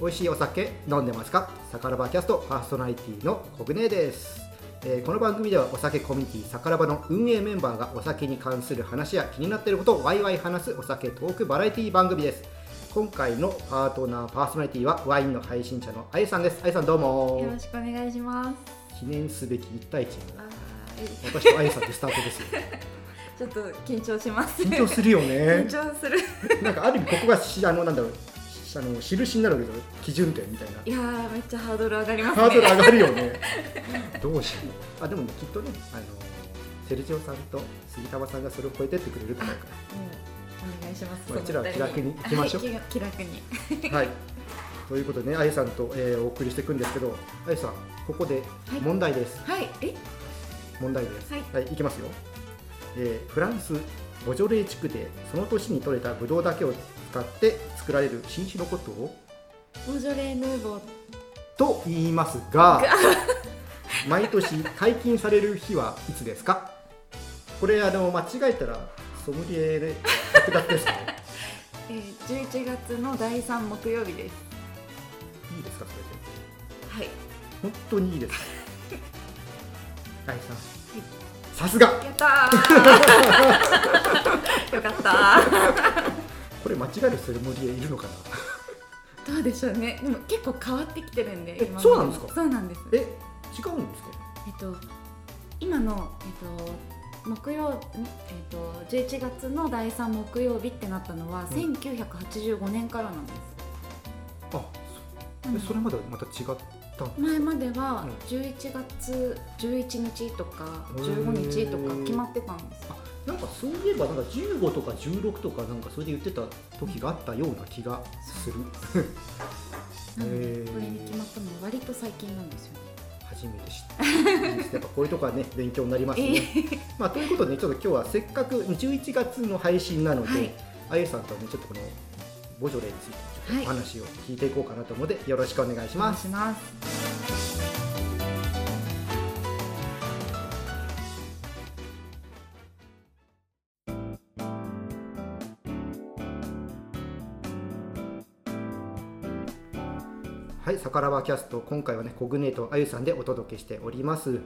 美味しいお酒飲んでますかサカラバキャストパーソナリティのコグネです、えーこの番組ではお酒コミュニティサカラバの運営メンバーがお酒に関する話や気になっていることをワイワイ話すお酒トークバラエティ番組です今回のパートナーパーソナリティはワインの配信者のあゆさんですあゆさんどうもよろしくお願いします。記念すべき1対1あのー私とあゆさんってスタートですよ ちょっと緊張します。緊張するよね緊張する。なんかある意味ここがしあのなんだろうしあの印になるわけだよ基準点みたいないやーめっちゃハードル上がりますハードルね。上がるよね どうしようあでもねきっとねあのセルジオさんと杉玉さんがそれを超えてってくれると思うかうんお願いします。まあうちらは気楽に行行きましょうはい、気楽に。らはいということでねあゆさんと、えーお送りしていくんですけどあゆさんここではい問題です、はい。え？問題ですはいい、いきますよ、えーフランスボジョレー地区でその年に採れたブドウだけを使って作られる新種のことをボジョレ・ヌーボー。と言います が毎年解禁される日はいつですかこれあの間違えたらソムリエで剥奪 ですねえー、11月の第三木曜日です。いいですかそれではい。本当にいいですかはいさんさすがやったー。 よかったー。これ間違えるソムリエいるのかなどうでしょうね。でも結構変わってきてるんで。え今まそうなんですかそうなんです。え違うんですかえっと、今の、えっと、木曜、んえっと、11月の第3木曜日ってなったのは、うん1985年からなんです。あうそんそれまではまた違ったの前まではうん11月11日とかへー15日とか決まってたんです。なんかそういえばなんか15とか16とかなんかそれで言ってた時があったような気がするなのへでーこれに決まったのは割と最近なんですよね。初めて知ったやっぱこういうとこは ね勉強になりますね、まあ、ということで、ね、ちょっと今日はせっかく11月の配信なので、はいあゆさんとねちょっとこのボジョレーについてちょっとお話を聞いていこうかなと思うのでよろしくお願いしお願まいす、します。はい「さからばキャスト」今回はねコグネーとあゆさんでお届けしております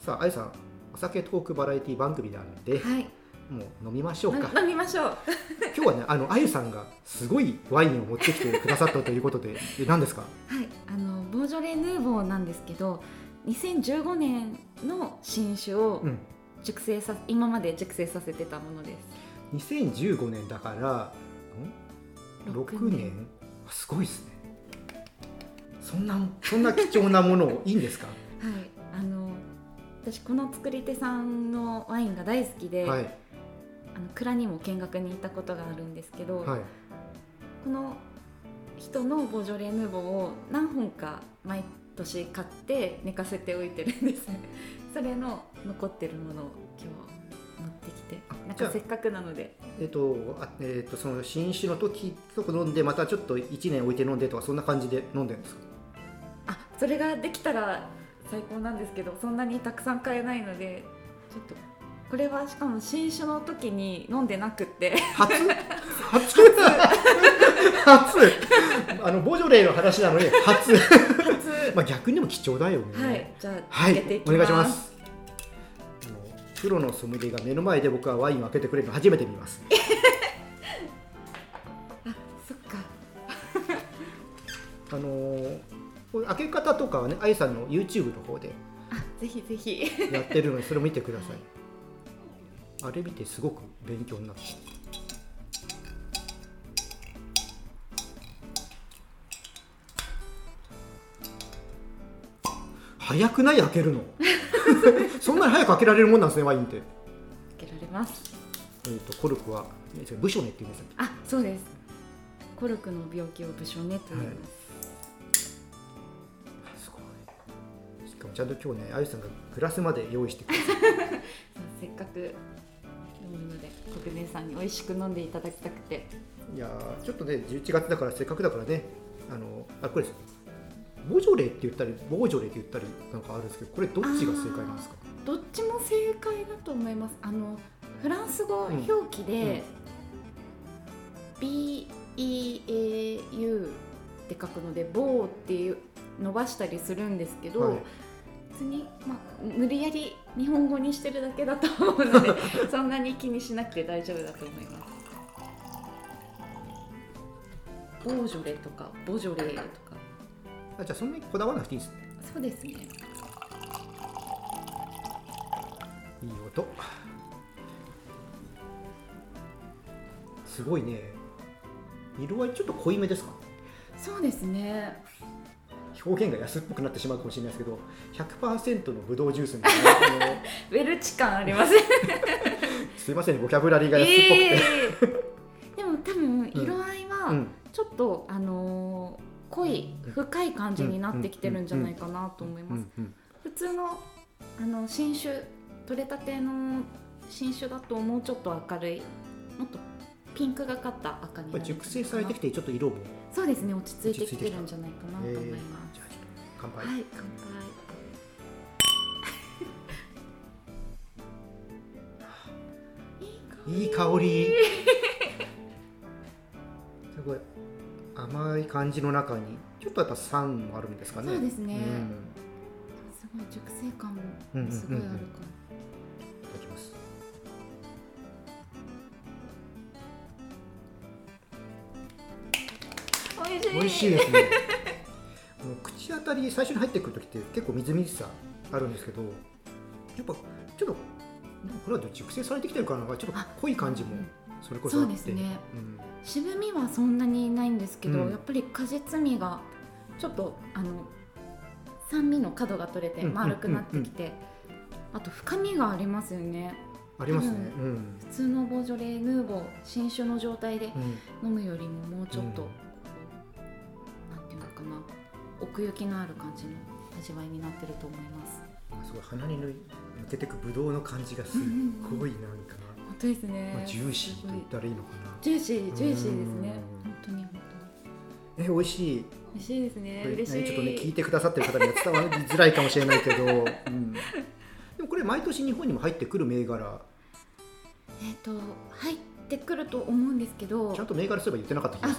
さああゆさんお酒トークバラエティ番組なので、はい。もう飲みましょうかな飲みましょう。今日はねあのあゆさんがすごいワインを持ってきてくださったということでえ何ですかはい、あのボージョレ・ヌーボーなんですけど2015年の新酒をうん熟成さ、今まで熟成させてたものです2015年だからん六6年すごいですねそんなそんな貴重なものをいいんです かはいあの私この作り手さんのワインが大好きで、はいあの蔵にも見学に行ったことがあるんですけど、はいこの人のボージョレ・ヌーボーを何本か毎年買って寝かせておいてるん ですねそれの残ってるものを今日持ってきてなんじゃかあせっかくなのでえっとあえっとその新酒の時とか飲んでまたちょっと1年置いて飲んでとかそんな感じで飲んでるんですかあそれができたら最高なんですけどそんなにたくさん買えないのでちょっとこれはしかも新酒の時に飲んでなくって 初初初あのボジョレーの話なのに初 初まあ逆にでも貴重だよねはいじゃあは開いけてい、きおま願いす,、します。もうプロのソムリエが目の前で僕はワインを開けてくれるの初めて見ます。あそっかあのーこれ開け方とかはね、あゆさんの YouTube の方であぜひぜひやってるので、それを見てください。 あれ見てすごく勉強になった。早くない開けるの そんなに早く開けられるもんなんですねワインって、開けられますえー、とコルクはえ違うブショネって言うんですよあそうですコルクの病気を武将ねと言います、すごい。しかもちゃんと今日ね、あゆさんがグラスまで用意してくれて、せっかく飲むので国根さんに美味しく飲んでいただきたくていやーちょっとね、11月だからせっかくだからね、あのあこれです。ボジョレーって言ったり、ボージョレーって言ったりなんかあるんですけど、これどっちが正解なんですか。どっちも正解だと思います。あのフランス語表記で、B E A U って書くので「棒」っていう伸ばしたりするんですけど、はい別に、まあ、無理やり日本語にしてるだけだと 思うのでそんなに気にしなくて大丈夫だと思います。ボージョレとかボジョレと かあじゃあそんなにこだわらなくていいですねそうですねいい音すごいね色合いちょっと濃いめですかそうですね表現が安っぽくなってしまうかもしれないですけど100%のブドウジュースみたいなあの ウェルチ感ありますねすいませんボキャブラリーが安っぽくて、ええでも多分色合いはん、ちょっと、あのー濃い深い感じになってきてるんじゃないかなと思いますうん普通のあの新酒取れたての新酒だともうちょっと明るいもっとピンクがかった赤にやっぱりなる熟成されてきてちょっと色もそうですね落ち着いてきてるんじゃないかなと思います、じゃあちょっと乾杯、はい乾杯いい香り すごい甘い感じの中にちょっとやっぱ酸もあるんですかねそうですねうんすごい熟成感うんうんうんうもんすごいあるから、いただきます美味しいですね あの口当たり最初に入ってくる時って結構みずみずしさあるんですけどやっぱちょっとなんかこれは熟成されてきてるからなちょっと濃い感じもそれこそあってそうですねうん渋みはそんなにないんですけど、うんやっぱり果実味がちょっとあの酸味の角が取れてうんうんうんうん丸くなってきて、あと深みがありますよねありますね、ううん普通のボージョレ・ヌーボー新酒の状態でうん飲むよりももうちょっと、うんなんていうのかな奥行きのある感じの味わいになってると思いますすごい鼻に抜けてくぶどうの感じがすっごいなんか、本当ですね、まあ、ジューシーと言ったらいいのかなジューシージューシーですねうん本当に本当えに美味しい美味しいですねこれ嬉しいちょっとね聞いてくださってる方には伝わりづらいかもしれないけ ど、うんでもこれ毎年日本にも入ってくる銘柄えっ、と入ってくると思うんですけどちゃんと銘柄すれば言ってなかった気が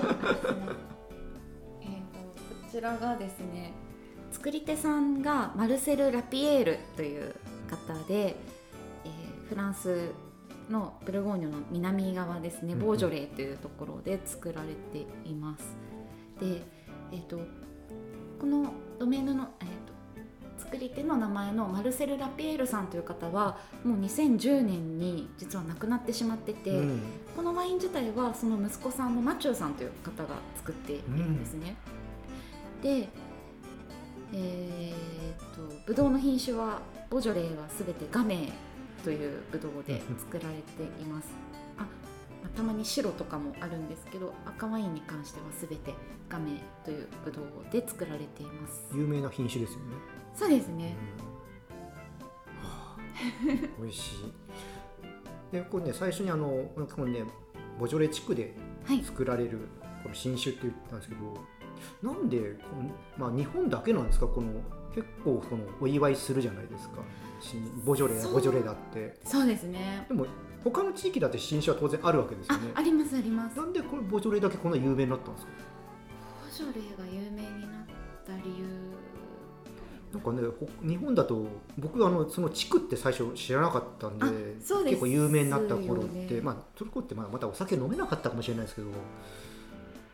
するえーとこちらがですね作り手さんがマルセル・ラピエールという方で、えーフランスのブルゴーニュの南側ですねうんうんボージョレーというところで作られています。で、えー、とこのドメイヌの、えー、と作り手の名前のマルセル・ラピエールさんという方はもう2010年に実は亡くなってしまってて。うんこのワイン自体はその息子さんのマチューさんという方が作っているんですね、でえー、とブドウの品種はボジョレーは全てガメーというブドウで作られていますあまあたまに白とかもあるんですけど赤ワインに関しては全てガメーというブドウで作られています有名な品種ですよねそうですねうんはあ美味しいでこれね最初にあのこのねボジョレ地区ではい作られるこの新種って言ったんですけどなんでこの、まあ、日本だけなんですかこの結構そのお祝いするじゃないですか新ボジョレだそうボジョレだってそうですねでも他の地域だって新種は当然あるわけですよあねありますありますなんでこれボジョレだけこんな有名になったんですかボジョレーが有名になった理由なんかねほ日本だと僕あのその地区って最初知らなかったんであそうで結す構有名になった頃っよて、ねまあトルコってまあまたお酒飲めなかったかもしれないですけど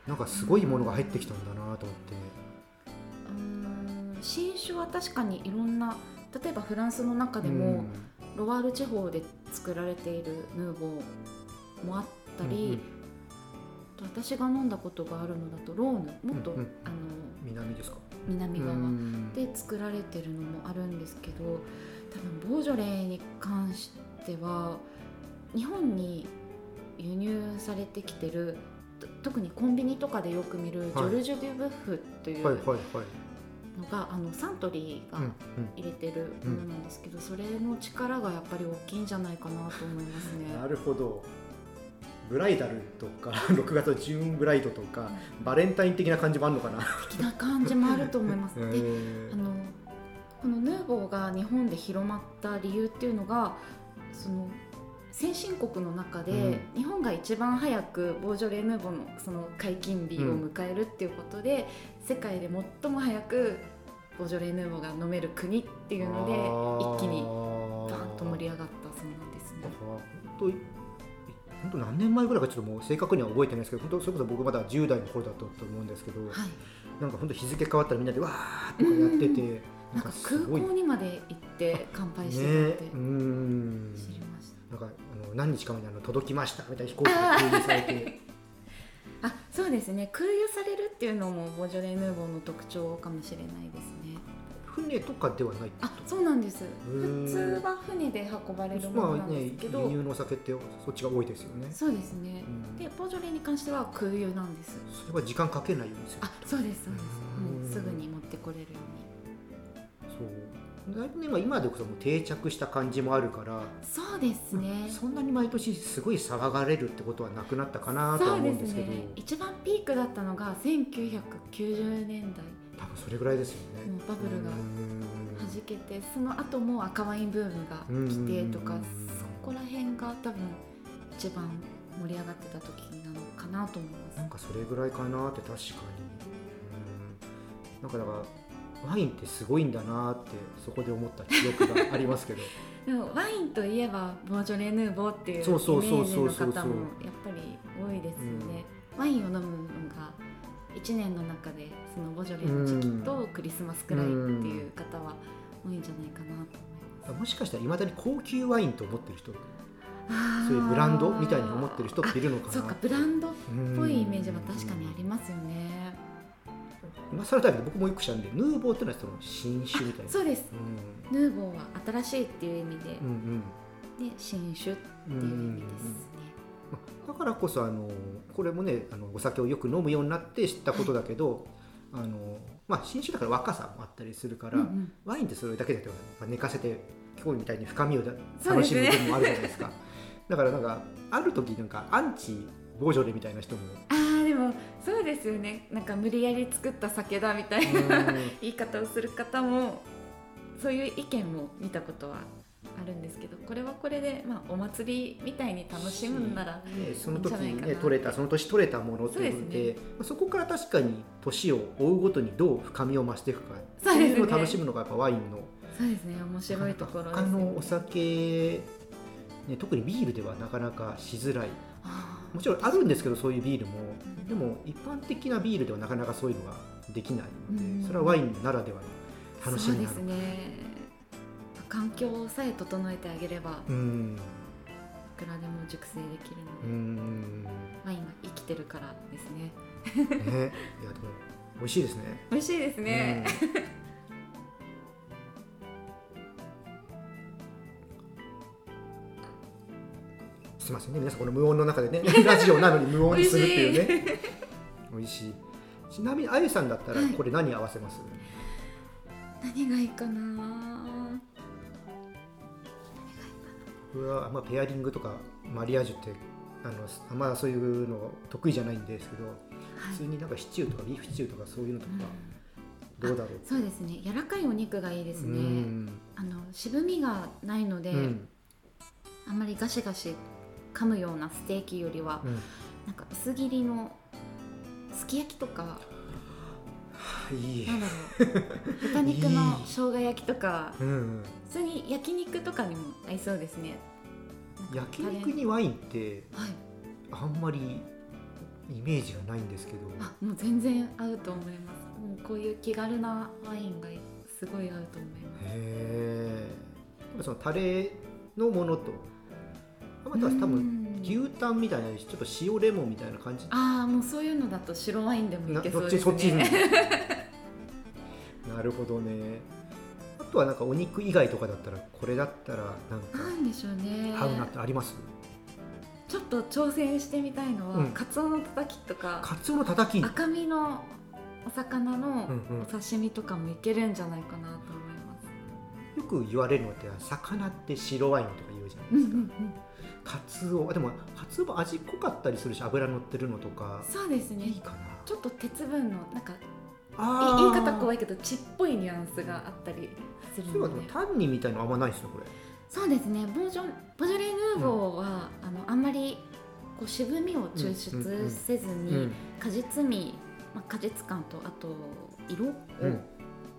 なんかすごいものが入ってきたんだなと思って。うーん新酒は確かにいろんな例えばフランスの中でも、うんロワール地方で作られているヌーボーもあったり、あと私が飲んだことがあるのだとローヌもっと、うんうんあの南ですか南側うんで作られてるのもあるんですけど多分ボージョレーに関しては日本に輸入されてきてると特にコンビニとかでよく見るジョルジュ・デュ・ブッフというはいのはいが、はい、あのサントリーが、うんうん、入れてるものなんですけど、それの力がやっぱり大きいんじゃないかなと思いますね。なるほどブライダルとか 6月はジューンブライドとかバレンタイン的な感じもあるのかな、的な感じもあると思 います。え で、あのこのヌーボーが日本で広まった理由っていうのがその先進国の中で、うん日本が一番早くボージョレ・ヌーボーのその解禁日を迎えるっていうことで、世界で最も早くボージョレ・ヌーボーが飲める国っていうので一気にバーンと盛り上がったそうなんですねだ。から本当い本当何年前ぐらいかちょっともう正確には覚えてないですけど本当それこそ僕まだ10代の頃だったと思うんですけど、はい、なんか本当日付変わったらみんなでわーとかやってて、なんか空港にまで行って乾杯してたってねうん知りましなた。んかあの何日か前にあの届きましたみたいな飛行機が空輸されてあ、そうですね。空輸されるっていうのもボージョレ・ヌーボーの特徴かもしれないですね。船とかではないあ、そうなんです。ー普通は船で運ばれるものまなあんねです輸けど、入のお酒ってそっちが多いですよね、そうですねう。ん、で、ボージョレに関しては空輸なんです。それは時間かけないようにするあ、そうですそうです。うんもうすぐに持ってこれるようそうだいぶねまあ今でこそもう定着した感じもあるからに。そうですね。そんなに毎年すごい騒がれるってことはなくなったかなとはそう思うでんですすけどね。一番ピークだったのが1990年代。多分それぐらいですよねもうバブルがうん弾けてその後も赤ワインブームが来てとかうんそこら辺が多分一番盛り上がってた時なのかなと思いますなんかそれぐらいかなって確かにうんなんかだからワインってすごいんだなってそこで思った記憶がありますけ どでもワインといえばボージョレ・ヌーボーっていうイメそうそうそうージそのうそう方もやっぱり多いですよねワインを飲むのが1年の中でそのボージョレの時期とクリスマスくらいっていう方は多いんじゃないかなともしかしたらいまだに高級ワインと思ってる人思いますそういうブランドみたいに思ってる人っているのかなあそうかブランドっっぽいイメージは確かにありますよね、今更だけど僕もよく知らんでヌーボーってのはその新酒みたいなそうですうヌーボーは新しいっていう意味で、んうんで新酒ってうんうんいうううん意ん味ですね。だからこそあのこれもねあのお酒をよく飲むようになって知ったことだけど、あのまあ、新酒だから若さもあったりするから、うんうんワインってそれだけじゃなくて、まあ、寝かせて今日みたいに深みをだそう楽でしすむねこともあるじゃないですか だからなんかある時なんかアンチボージョレみたいな人もあーでもそうですよねなんか無理やり作った酒だみたういなーん 言い方をする方もそういう意見も見たことはあるんですけどこれはこれで、まあ、お祭りみたいに 楽しむんならね、その時いいんじゃないかねな取れたその年取れたものということそうででまあそこから確かに年を追うごとにどう深みを増していくかそうってですいねうのを楽しむのがやっぱワインのそうですね面白いところです他よねのお酒、ね、特にビールではなかなかしづらいあーもちろんあるんですけどそういうビールもうんでも一般的なビールではなかなかそういうのができないのうでんそれはワインならではの楽しみなそうのですね環境さえ整えてあげればうーんいくらでも熟成できるのうで。ーんねまあ今生きてるからですね。いやでも美味しいですね美味しいですね。うんすみませんね皆さんこの無音の中 でねラジオなのに無音にするっていうね美味しいちなみにあゆさんだったらはいこれ何合わせます、何がいいかな。僕はあんまペアリングとかマリアージュってあのあんまそういうの得意じゃないんですけどは普通い。になんかシチューとかビーフシチューとかそういうのとかどうだろうそうですね。柔らかいお肉がいいですうね。んあの渋みがないので、うんあんまりガシガシ噛むようなステーキよりは、うんなんか薄切りのすき焼きとか、いいなんだろう。豚肉のいい生姜焼きとか、うん普通に焼肉とかにも合いそうですね。なんか焼肉にワインってタレはい。あんまりイメージがないんですけどあもう全然合うと思いますもうこういう気軽なワインがすごい合うと思いまへえそのタレのものとあまたはす多分分牛タンみたいなちょっと塩レモンみたいな感じああもうそういうのだと白ワインでもないけそどうっでちすそっちに ねなるほどねあとはなんかお肉以外とかだったらこれだったらなんかなんでしょうね合うなってありますちょっと挑戦してみたいのは、うんカツオのたたきとかカツオのたたき赤身のお魚のうんうんお刺身とかもいけるんじゃないかなと思います、よく言われるのって魚って白ワインとか言うじゃなうんいうんですか、うんカツオあでもカツオも味濃かったりするし脂乗ってるのとかそうですねいいかなちょっと鉄分のなんかいあ言い方怖いいけど血っぽいニュアンスがあったりするそういえばのでもでタンニンみたいのあんまないですねこれそうですねボージョボジョレ・ヌーボーは、あのあんまりこう渋みを抽出せずに、うん果実味、まあ、果実感とあと色をうん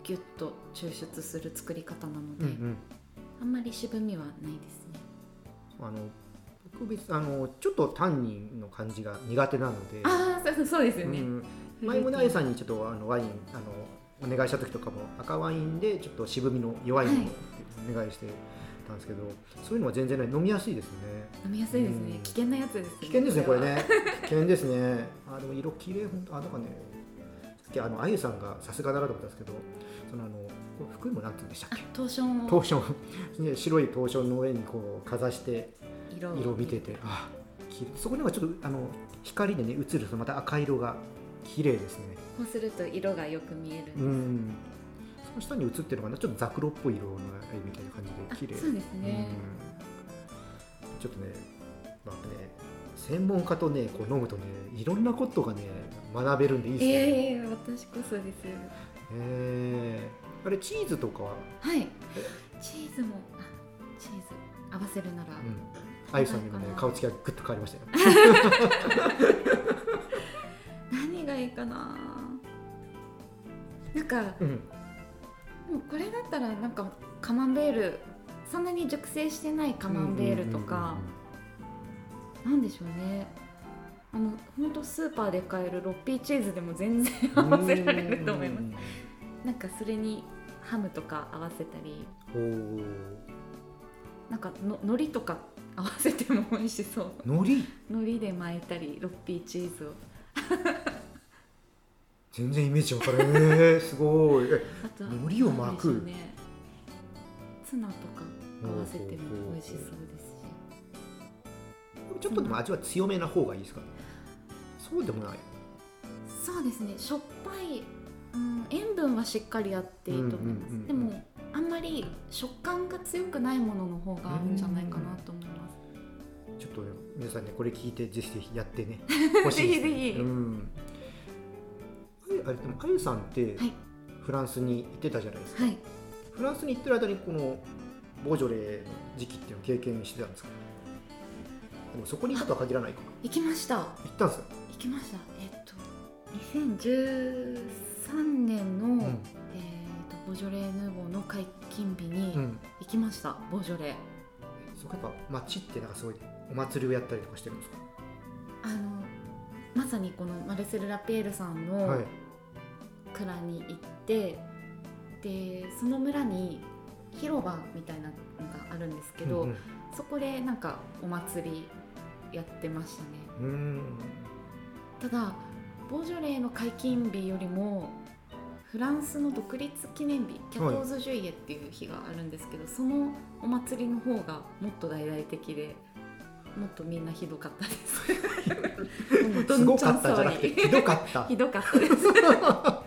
ギュッと抽出する作り方なのうで、んうんあんまり渋みはないですね。あの僕別にあのちょっとタンニンの感じが苦手なので、ああそうそうですようね。ん、前もねあゆさんにちょっとあのワインあのお願いした時とかも赤ワインでちょっと渋みの弱いのをはいお願いしてたんですけど、そういうのは全然ない飲みやすいですね飲みやすいですうねん。危険なやつですね。危険ですねこれは。ね危険ですねあでも色綺麗本当あなんかねさっきあのあゆさんがさすがだなと思ったんですけどそのあのこれ服もなんて言うんでしたっあけトーショントをーションね白いトーションの上にこうかざして色色を見ててあきそこにはちょっとあの光でね映るとまた赤色が綺麗ですねこうすると色がよく見える。うんその下に映ってるのがなちょっとザクロっぽい色の絵みたいな感あじで綺麗そうですね。うんちょっとねまあね専門家とねこう飲むとねいろんなことがね学べるんでいいですねええ私こそです。えーあれチーズとかは、はいえ。チーズもあチーズ合わせるなら、うん、あゆさんにもねなんかな顔つきがグッと変わりましたよ何がいいかな。なんかうんでもこれだったらなんかカマンベールそんなに熟成してないカマンベールとか、なんでしょうねあの本当スーパーで買えるロッピーチーズでも全然 合わせられると思いまうすんなんかそれにハムとか合わせたりおーなんかの海苔とか合わせても美味しそう海苔海苔で巻いたりロッピーチーズを全然イメージわからない、えー、すごいえあと海苔を巻くなんでしょうねツナとか合わせても美味しそうですしちょっとでも味は強めな方がいいですかねそうでもないそうですねしょっぱい、うん、塩分はしっかりあっていいと思います、うんうんうんうんでもあんまり食感が強くないものの方が合うんじゃないかなと思います、ちょっと皆さんねこれ聞いてぜひぜひやって ね欲しいですねぜひぜひうんあゆあれでもあゆさんってはいフランスに行ってたじゃないですか、はいフランスに行ってる間にこのボージョレーの時期っていうのを経験してたんですかでもそこに行ったとは限らないか行きました行行ったんですよ、きましたえっと2013年の、えー、とボジョレ・ヌーボーの解禁日うにん、行きました、ボジョレそこやっぱ街ってなんかすごいお祭りをやったりとかしてるんですかあのまさにこのマルセル・ラピエールさんの、はい蔵に行ってでその村に広場みたいなのがあるんですけど、うんうんそこでなんかお祭りやってましたねうーんただボージョレーの解禁日よりもフランスの独立記念日キャトーズ・ジュイエっていう日があるんですけど、そのお祭りの方がもっと大々的でもっとみんなひどかったで すもうどすんごちかゃんったじゃなく騒てぎひどかったへ ひどかったです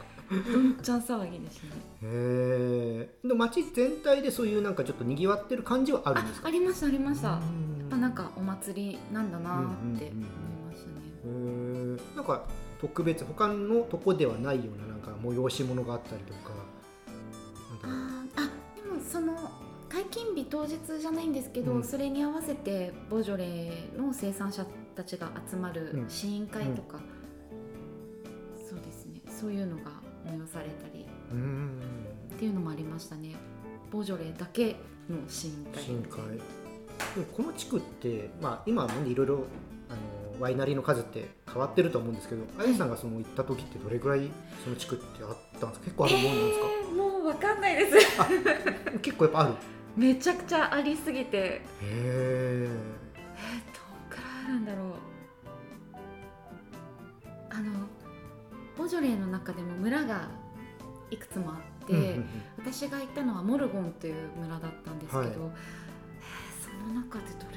どんちゃん騒ぎで したねえでも街全体でそういうなんかちょっとにぎわってる感じはあるんですあかありましたありましたやうんっぱなんかお祭りなんだなーって思いましたね、へえなんか特別他のとこではないようななんか催し物があったりとかなんだろうあーあでもその解禁日当日じゃないんですけど、うんそれに合わせてボジョレーの生産者たちが集まる試飲会とか、そうですねそういうのが催されたりうーんっていうのもありましたねボジョレーだけの試飲会深海でもこの地区って、まあ、今はねいろいろあのワイナリーの数って変わってると思うんですけどあゆさんがその行った時ってどれぐらいその地区ってあったんですか結構あるもんなんですか、えーもうわかんないです 結構やっぱあるへめちゃくちゃありすぎてええー、どんくらいあるんだろうあのボジョレーの中でも村がいくつもあって、うんうんうん私が行ったのはモルゴンという村だったんですけど、はいえーその中でどれくら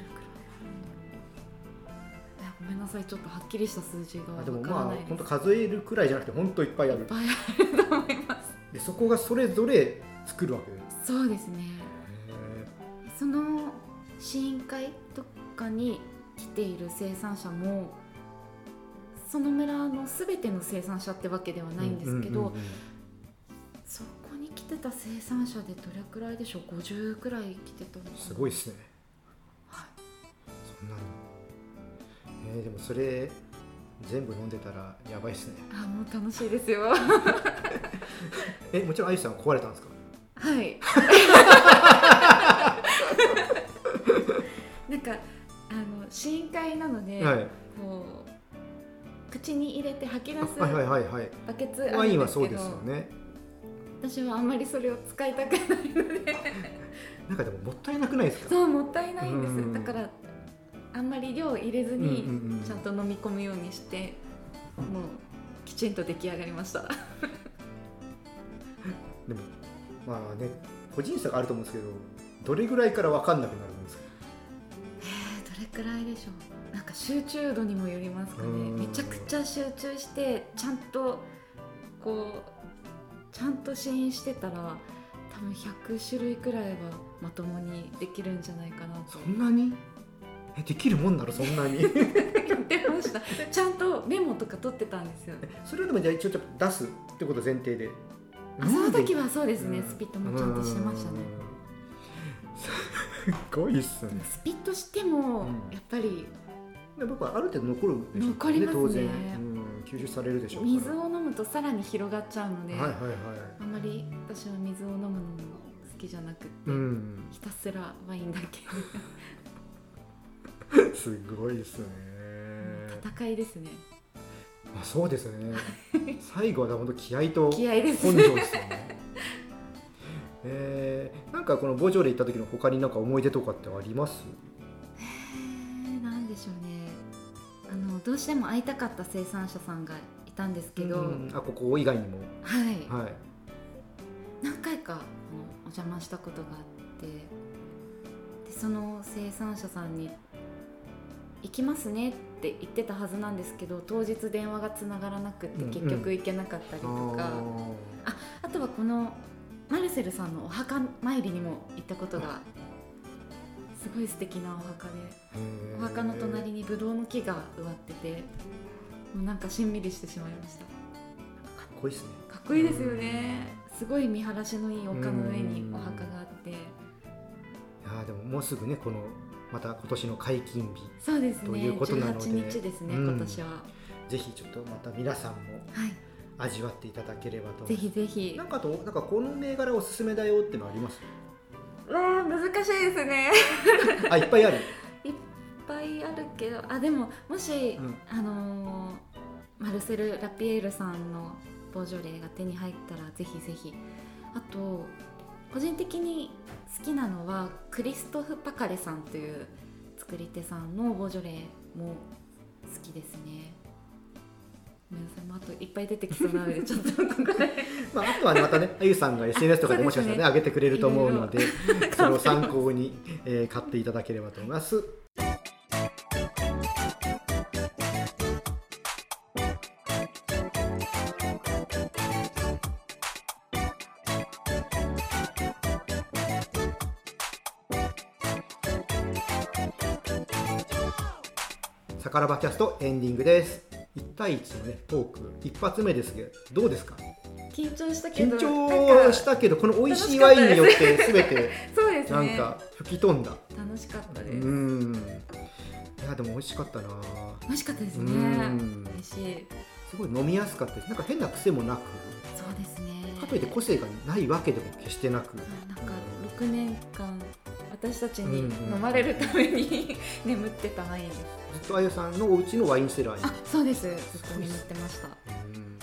いあるんだろうえごめんなさいちょっとはっきりした数字がわあかでもらまなあいです、本当数えるくらいじゃなくて本当いっぱいあいるっぱいあると思いますでそこがそれぞれ作るわけですそうですねへその試飲会とかに来ている生産者もその村の全ての生産者ってわけではえないんですけど、うんうんうんうんそこに来てってた生産者でどれくらいでしょう50くらい来てたのかなすごいですねはそんなにえーでもそれ全部飲んでたらやばいですねいあもう楽しいです よえもちろんあゆさんは壊れたんですかはい なんかあの試飲会なので、はいこう口に入れて吐き出すはいはいはいはいバケツあワるインんはですそうけでどすよね私はあんまりそれを使いたくないのでなんかでももったいなくないですかそうもったいないんでうすんだからあんまり量入れずうんうんうんにちゃんと飲み込むようにしてもうきちんと出来上がりましたでもまあね個人差があると思うんですけどどれぐらいから分かんなくなるんですかどれくらいでしょうなんか集中度にもよりますかねうんめちゃくちゃ集中してちゃんとこうちゃんと試飲してたら多分100種類くらいはまともにできるんじゃないかなとそんなにえできるもんなのそんなに言ってました ちゃんとメモとか取ってたんですよそれでもじゃあ一応ちょっと出すってこと前提であその時ははそうですね、スピットもちゃんとしてましたね、すっごいっすねスピットしてもうんやっぱりで僕はある程度残るでしょうね残りますね当然、うん、吸収されるでしょうから水を飲むとさらに広がっちゃうので、はいはいはいあんまり私は水を飲むのも好きじゃなくて、うんひたすらワインだけすごいですね戦いですねあそうです ね最後は本当気合と気合です根性ですよねえー、なんかこのボジョレ行った時の他になんか思い出とかってあります何でしょうねあのどうしても会いたかった生産者さんがいたんですけど、うんあここ以外にもはい、はい何回かあのお邪魔したことがあってでその生産者さんに「行きますね」って言ってたはずなんですけど当日電話がつながらなくってうんうん結局行けなかったりとか、ああとはこのマルセルさんのお墓参りにも行ったことがすごい素敵なお墓でーへーお墓の隣にブドウの木が植わっててもうなんかしんみりしてしまいました。かっこいいですねかっこいいですよねすごい見晴らしのいい丘の上にお墓があっていやーでももうすぐねこのまた今年の解禁日そうですとねいうことなので18日ですねうん今年は、ぜひちょっとまた皆さんもはい味わっていただければとぜひぜひなんかあとなんかこの銘柄おすすめだよってのありますわあ難しいですねあいっぱいあるいっぱいあるけどあでももし、うんあのーマルセル・ラピエールさんのボージョレーが手に入ったらぜひぜひあと個人的に好きなのはクリストフ・パカレさんという作り手さんのボージョレーも好きですねごめんなさいもうあといっぱい出てきそうなのでちょっとここでまあ、あとはまたね、あゆさんが SNS とかでもしかしたらね、そ上げてくれると思うので、ろ それを参考に、えー買っていただければと思います。サカラバキャストエンディングです。1対1のね、トーク、一発目ですけど、どうですか緊張したけど緊張なんしたかけどこの美味しいワインによって全てそうですなんねか吹き飛んだ、楽しかったうです、んいやでも美味しかったな美味しかったですうねん嬉しいすごい飲みやすかったですなんか変な癖もなくそうですねかといって個性がないわけでも決してなくなんか6年間私たちにうんうん飲まれるために 眠ってたワインですずっとあゆさんのお家のワインセラーあそうですずっと眠ってましたにうん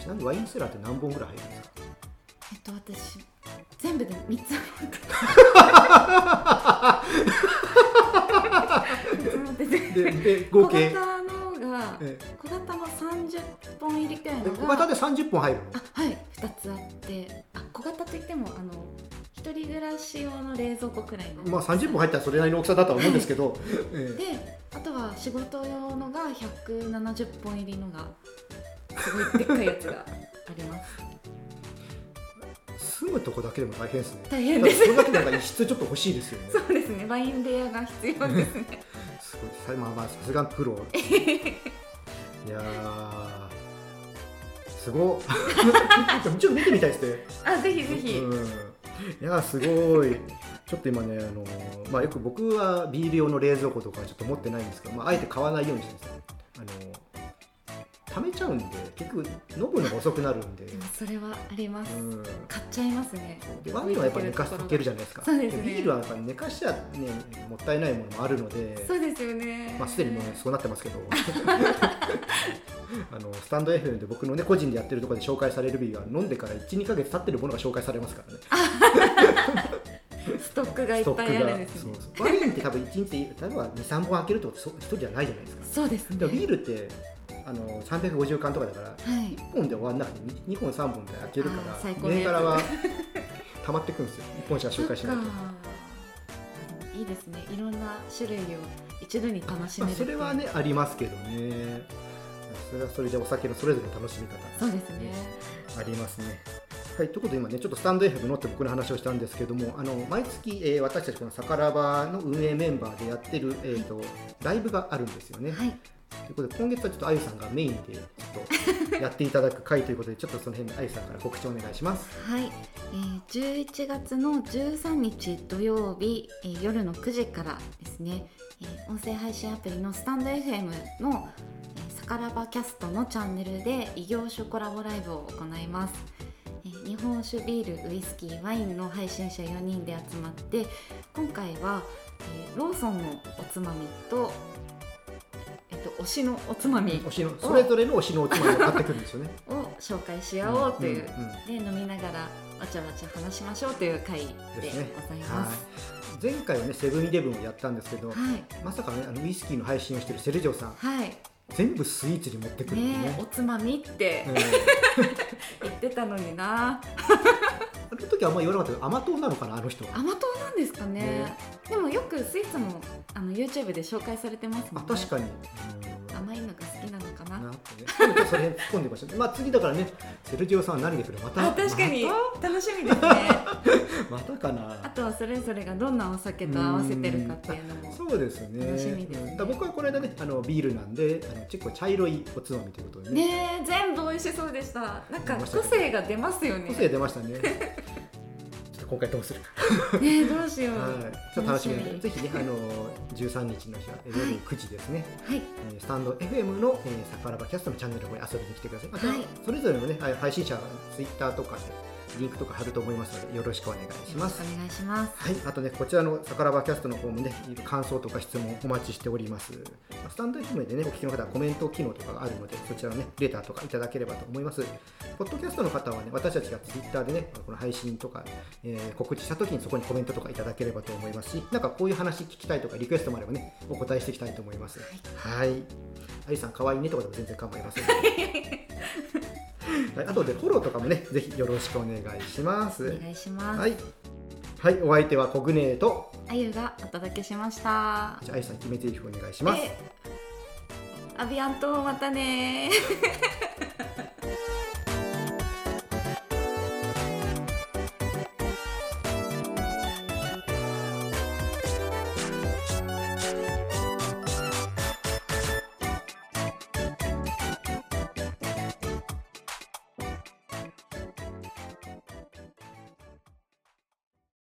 ちなみにワインセラーって何本ぐらい入るんですかえっと私全部で3つ持ってた三つ持ってて でで 小合計型のがええ小型は30本入りくらいのえが小型で30本入るのあはい2つあってあ小型といってもあの一人暮らし用の冷蔵庫くらいのまあ30本入ったらそれなりの大きさだとは思うんですけど、ええであとは仕事用のが170本入りのがすごいでっかいやつがあり ます住むとこだけでも大変ですね大変ですそれだけなんか一室ちょっと欲しいですよねそうですねワイン部屋が必要ですねすごい さまあまあさすがプロいやーすごっ ちょっと見てみたいですねあぜひぜひ、うん、いやすごいちょっと今ねあの、まあ、よく僕はビール用の冷蔵庫とかはちょっと持ってないんですけど、まあ、あえて買わないようにしてるんですよあの溜めちゃうんで結局飲むのが遅くなるんで、でもそれはあります、うん、買っちゃいますねでワインはやっぱ寝かしとけるじゃないですかそうですねビールはやっぱ寝かしちゃ、ね、もったいないものもあるのでそうですよねまあ、すでにもうそうなってますけどあのスタンド FM で僕の、ね、個人でやってるところで紹介されるビールは飲んでから12ヶ月経ってるものが紹介されますからねストックがいっぱいあるんですねそうそうワインって多分1日例えば23本開けるってことそう一人じゃないじゃないですかそうですねでもビはールってあの350缶とかだからい1本で終わんなくて 2, 本3本で開けるかあーら最高のやつ銘柄は溜まってくんですよ1本しか紹介しないとそっ。かいいですねいろんな種類を一度に楽しまめあ、るそっていうれはねありますけどねそれはそれでお酒のそれぞれの楽しみ方そうですねありますね。はい、ということで今ねちょっとスタンド FM のって僕の話をしたんですけどもあの毎月、えー私たちこの「さからば」の運営メンバーでやってる、えー、とライブがあるんですよね。はいということで今月はちょっとあゆさんがメインでちょっとやっていただく回ということでちょっとその辺であゆさんから告知お願いします。はい、えー、11月の13日土曜日、えー夜の9時からですね、えー音声配信アプリのスタンド FM の「えーさからばキャスト」のチャンネルで異業種コラボライブを行います、えー日本酒ビールウイスキーワインの配信者4人で集まって今回は、えーローソンのおつまみと、えっと推しのおつまみ推しのそれぞれの推しのおつまみを買ってくるんです よね。を紹介し合おうといんう、んで飲みながらわちゃわちゃ話しましょうという会でごですねざいはます。い、前回はねセブンイレブンをやったんですけど、はい、まさかねあのウイスキーの配信をしてるセルジオさんはい、全部スイーツに持ってくるんでねえおね。つまみってうん言ってたのにな。あの時はあんまり言わなかったけど甘党なのかなあの人は甘党なんですかね。ねでもよくスイーツもあの YouTube で紹介されてますもあんね。確かに甘いのが好きなのかうんなな。ってねちょっとそれ突っ込んでましたねまあ次だからねセルジオさんは何で来るまたあ確かにま楽しみですね。 たまたかあなとはそれぞれがどんなお酒と合わせてるかっていうのも。そうですね楽しみですねだから僕はこの間ねあのビールなんであの結構茶色いおつまみということでねねえ全部美味しそうでした。なんか個性が出ますよね。個性出ました ねちょっと今回どうするか、ねえどうしよう。はい、ちょっと楽しみなんで楽しぜひねあの13日の日は夜9時ですね、みはい。えースタンド FM の、えー、サカラバキャストのチャンネルの方に遊びに来てください。また、はいそれぞれのね、あ配信者、ツイッターとかでリンクとか貼ると思いますので、よろしくお願いしよろましすく。お願いします。はい、あとね、こちらのサカラバキャストの方もね、感想とか質問お待ちしております。スタンド FM でね、お聞きの方はコメント機能とかがあるので、そちらのね、レターとかいただければと思います。ポッドキャストの方はね、私たちがツイッターでね、この配信とか、えー告知した時にそこにコメントとかいただければと思いますし、なんかこういう話聞きたいとか、リクエストもあればね、お答えしていきたいと思います。はい。あゆさん、可愛いねとかでも全然構いません。はい、あとでフォローとかもね、ぜひよろしくお願いします。お願いします。はい。はい、お相手はコグネと、あゆがお届けしました。じゃあ、あゆさん決めていお願いします。えアビアントまたねー。